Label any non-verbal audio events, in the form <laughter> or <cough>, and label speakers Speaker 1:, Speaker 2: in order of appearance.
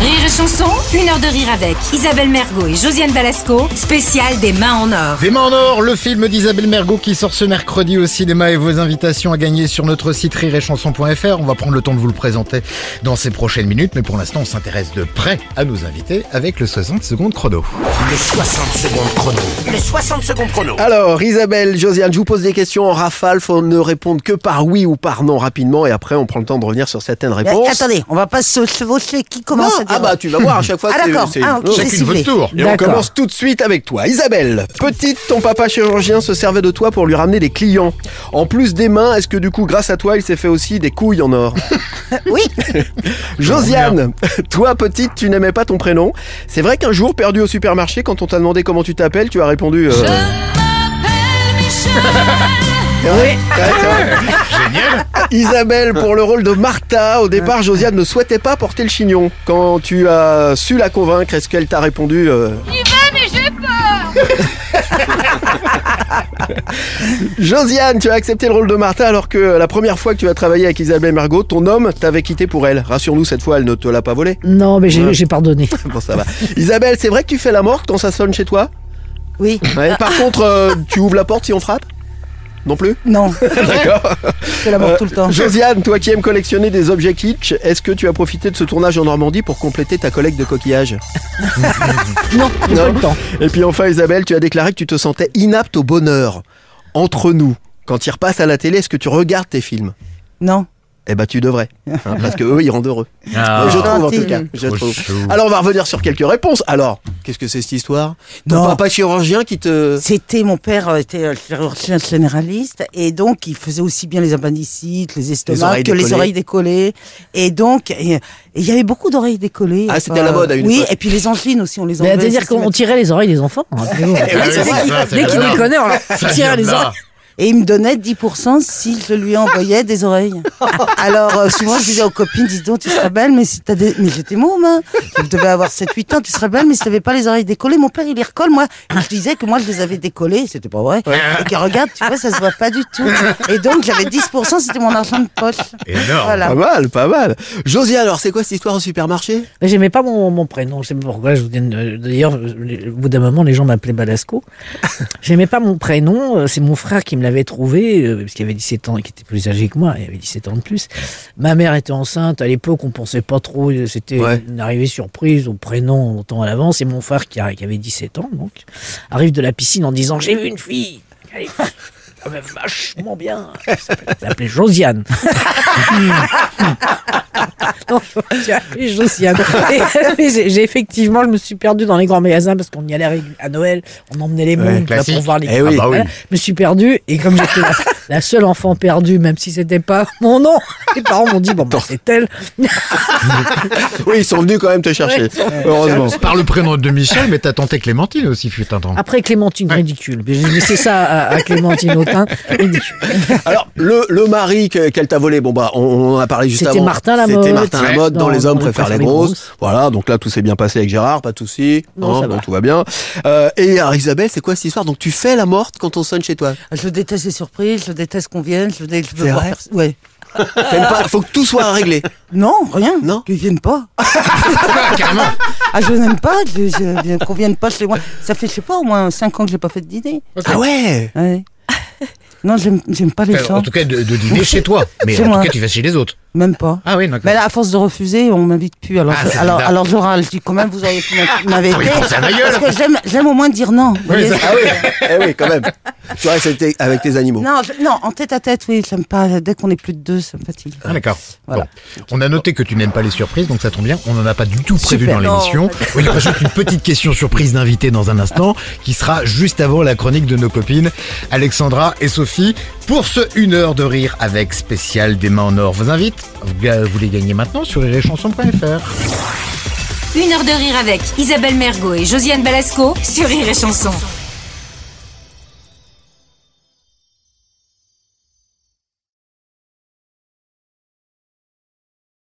Speaker 1: Rire et chanson, une heure de rire avec Isabelle Mergot et Josiane Balasco, spécial des mains en or.
Speaker 2: Des mains en or, le film d'Isabelle Mergot qui sort ce mercredi au cinéma et vos invitations à gagner sur notre site rireetchanson.fr. On va prendre le temps de vous le présenter dans ces prochaines minutes, mais pour l'instant, on s'intéresse de près à nos invités avec le 60 secondes chrono.
Speaker 3: Le 60 secondes chrono. Le 60 secondes chrono.
Speaker 4: Alors, Isabelle, Josiane, je vous pose des questions en rafale. Faut ne répondre que par oui ou par non rapidement. Et après, on prend le temps de revenir sur certaines
Speaker 5: Mais
Speaker 4: réponses.
Speaker 5: Eh, attendez, on va pas se chevaucher qui
Speaker 4: Non,
Speaker 5: commence à dire.
Speaker 4: ah bah, tu vas voir, à chaque fois,
Speaker 5: Ah,
Speaker 4: c'est-
Speaker 5: d'accord.
Speaker 4: c'est-
Speaker 5: Ah, ok,
Speaker 4: Oh.
Speaker 5: j'ai
Speaker 2: Chacune
Speaker 5: sifflé.
Speaker 2: votre tour.
Speaker 4: Et on commence tout de suite avec toi. Isabelle, petite, ton papa chirurgien se servait de toi pour lui ramener des clients. En plus des mains, est-ce que du coup, grâce à toi, il s'est fait aussi des couilles en or
Speaker 5: Oui,
Speaker 4: <laughs> Josiane, toi petite, tu n'aimais pas ton prénom. C'est vrai qu'un jour, perdu au supermarché, quand on t'a demandé comment tu t'appelles, tu as répondu... euh, <laughs> C'est vrai, c'est vrai, c'est vrai.
Speaker 5: <laughs>
Speaker 2: Génial.
Speaker 4: <laughs> Isabelle pour le rôle de Martha. Au départ, Josiane ne souhaitait pas porter le chignon. Quand tu as su la convaincre, est-ce qu'elle t'a répondu euh, <laughs> Josiane, tu as accepté le rôle de Martha alors que la première fois que tu as travaillé avec Isabelle Margot, ton homme t'avait quitté pour elle. Rassure-nous, cette fois, elle ne te l'a pas volé. <laughs>
Speaker 6: Non, mais j'ai j'ai pardonné.
Speaker 4: Bon, ça va. Isabelle, c'est vrai que tu fais la morte quand ça sonne chez toi
Speaker 5: oui,
Speaker 4: Ouais. Par contre, euh, tu ouvres la porte si on frappe Non plus <laughs>
Speaker 5: non. D'accord. C'est la
Speaker 4: Euh,
Speaker 5: mort tout le temps.
Speaker 4: Josiane, toi qui aimes collectionner des objets kitsch, est-ce que tu as profité de ce tournage en Normandie pour compléter ta collecte de coquillages
Speaker 6: <laughs> Non, j'ai pas eu le temps.
Speaker 4: Et puis enfin, Isabelle, tu as déclaré que tu te sentais inapte au bonheur. Entre nous, quand ils repassent à la télé, est-ce que tu regardes tes films
Speaker 5: Non.
Speaker 4: Eh ben, tu devrais. hein, parce que eux, ils rendent heureux. Euh, je trouve, en tout cas. Je
Speaker 2: Ah. Trop
Speaker 4: trouve.
Speaker 2: chou.
Speaker 4: Alors, on va revenir sur quelques réponses. Alors, qu'est-ce que c'est cette histoire Ton
Speaker 5: Non.
Speaker 4: papa chirurgien qui te...
Speaker 5: C'était mon père euh, était euh, chirurgien généraliste et donc il faisait aussi bien les appendicites, les
Speaker 4: Les
Speaker 5: estomacs
Speaker 4: oreilles
Speaker 5: que les
Speaker 4: décollées.
Speaker 5: oreilles décollées et donc et- et il y avait beaucoup d'oreilles décollées.
Speaker 4: Ah, c'était à la mode à une
Speaker 5: Oui,
Speaker 4: époque.
Speaker 5: et puis les angines aussi on les
Speaker 6: Mais
Speaker 5: enlevait.
Speaker 6: C'est-à-dire qu'on tirait les oreilles des enfants. hein, c'est bon.
Speaker 4: Eh oui, c'est
Speaker 6: Dès
Speaker 4: vrai.
Speaker 6: qu'ils-
Speaker 2: ça, c'est
Speaker 6: dès qu'ils
Speaker 2: bizarre.
Speaker 6: déconnaient, on leur tirait les oreilles.
Speaker 5: Et il me donnait 10% si je lui envoyais des oreilles.
Speaker 4: <laughs>
Speaker 5: Alors, euh, souvent, je disais aux copines, dis donc, tu serais belle, mais si t'as des... Mais j'étais môme, hein. Je devais avoir 7-8 ans, tu serais belle, mais si t'avais pas les oreilles décollées, mon père, il les recolle, moi. Et je disais que moi, je les avais décollées, c'était pas vrai. Et que regarde, tu vois, ça se voit pas du tout. Et donc, j'avais 10%, c'était mon argent de poche.
Speaker 2: Énorme.
Speaker 5: Voilà.
Speaker 4: Pas mal, pas mal. Josiane, alors, c'est quoi cette histoire au supermarché
Speaker 6: Mais J'aimais pas mon, mon prénom, je sais pas pourquoi. Je vous donne, euh, D'ailleurs, euh, au bout d'un moment, les gens m'appelaient Balasco. J'aimais pas mon prénom, euh, c'est mon frère qui me l'avait trouvé, euh, parce qu'il avait 17 ans et qui était plus âgé que moi, il avait 17 ans de plus. Ma mère était enceinte, à l'époque, on pensait pas trop, euh, c'était
Speaker 4: Ouais.
Speaker 6: une arrivée surprise au prénom longtemps à l'avance, et mon frère qui, a- qui avait 17 ans, donc, arrive de la piscine en disant « J'ai vu une fille !» Elle est vachement <laughs> bien. Elle s'appelle- elle s'appelait Josiane. <laughs> Non, tu as appelé <laughs> Josiane. Et- mais j'ai j'ai effectivement, je me suis perdue dans les grands magasins parce qu'on y allait régul- à Noël, on emmenait les moules là,
Speaker 2: classique.
Speaker 6: pour voir les.
Speaker 4: Eh oui.
Speaker 2: Ah bah oui.
Speaker 6: Voilà, Je me suis perdue et comme j'étais la, <laughs> la seule enfant perdue, même si c'était pas mon nom, <laughs> les parents m'ont dit bon bah, c'est elle.
Speaker 4: Oui, ils sont venus quand même te chercher. Heureusement.
Speaker 2: Par le prénom de Michel, mais t'as tenté Clémentine aussi, fut un temps.
Speaker 5: Ah,
Speaker 6: Après Clémentine, ridicule. Mais J'ai laissé ça à, à
Speaker 2: <laughs>
Speaker 6: Clémentine Autain, ridicule.
Speaker 4: Alors, le, le mari que- qu'elle t'a volé, bon bah, on, on en a parlé juste
Speaker 6: C'était
Speaker 4: avant.
Speaker 6: Martin Lamotte.
Speaker 4: C'était Martin
Speaker 6: Ouais.
Speaker 4: Lamotte, dans,
Speaker 6: Dans-
Speaker 4: Les Hommes
Speaker 6: dans
Speaker 4: préfèrent les grosses. Voilà, donc là, tout s'est bien passé avec Gérard, pas de soucis.
Speaker 6: Non, ça
Speaker 4: bon,
Speaker 6: va.
Speaker 4: tout va bien. Euh, et alors, Isabelle, c'est quoi cette histoire Donc, tu fais la morte quand on sonne chez toi
Speaker 5: Je déteste les surprises, je déteste qu'on vienne, je, dé... je veux
Speaker 4: C'est
Speaker 5: voir
Speaker 4: vrai
Speaker 5: perso- Ouais.
Speaker 4: T'aimes pas Faut que tout soit réglé. <laughs>
Speaker 5: Non, rien.
Speaker 4: Non.
Speaker 5: Qu'ils viennent pas. Ah, je n'aime pas je, je- qu'on vienne pas chez moi. Ça fait, je sais pas, au moins 5 ans que j'ai pas fait de dîner.
Speaker 4: Ah ouais
Speaker 5: Ouais. Non, j'aime j'aime pas les
Speaker 2: Enfin,
Speaker 5: gens.
Speaker 2: Euh, en tout cas, de, de dîner chez toi. Mais
Speaker 5: Chez
Speaker 2: en
Speaker 5: moi.
Speaker 2: tout cas, tu vas chez les autres.
Speaker 5: Même pas.
Speaker 2: Ah oui,
Speaker 5: Mais
Speaker 2: d'accord.
Speaker 5: là, à force de refuser, on m'invite plus. Alors,
Speaker 2: Ah,
Speaker 5: je,
Speaker 2: c'est
Speaker 5: alors,
Speaker 2: bizarre. Ah,
Speaker 5: alors je râle. Je dis quand même, vous auriez pu m'inviter.
Speaker 2: Oui, pense à ma gueule.
Speaker 5: Parce que j'aime- j'aime au moins dire non. vous voyez.
Speaker 4: Ah oui Eh oui, quand même. Tu vois, c'était avec tes animaux.
Speaker 5: Non, je- non, en tête à tête, oui, j'aime pas. Dès qu'on est plus de deux, ça me fatigue.
Speaker 2: Ah, d'accord.
Speaker 5: Voilà.
Speaker 2: Bon. On a noté que tu n'aimes pas les surprises, donc ça tombe bien. On n'en a pas du tout prévu dans
Speaker 5: Super.
Speaker 2: l'émission. Oui, Il rajoute une petite question surprise d'invité dans un instant, qui sera juste avant la chronique de nos copines Alexandra et Sophie pour ce une heure de rire avec spécial des mains en or. Vous invite. Vous, euh, vous les gagnez maintenant sur iréchanson.fr.
Speaker 1: Une heure de rire avec Isabelle Mergot et Josiane Balasco sur Rire et chanson.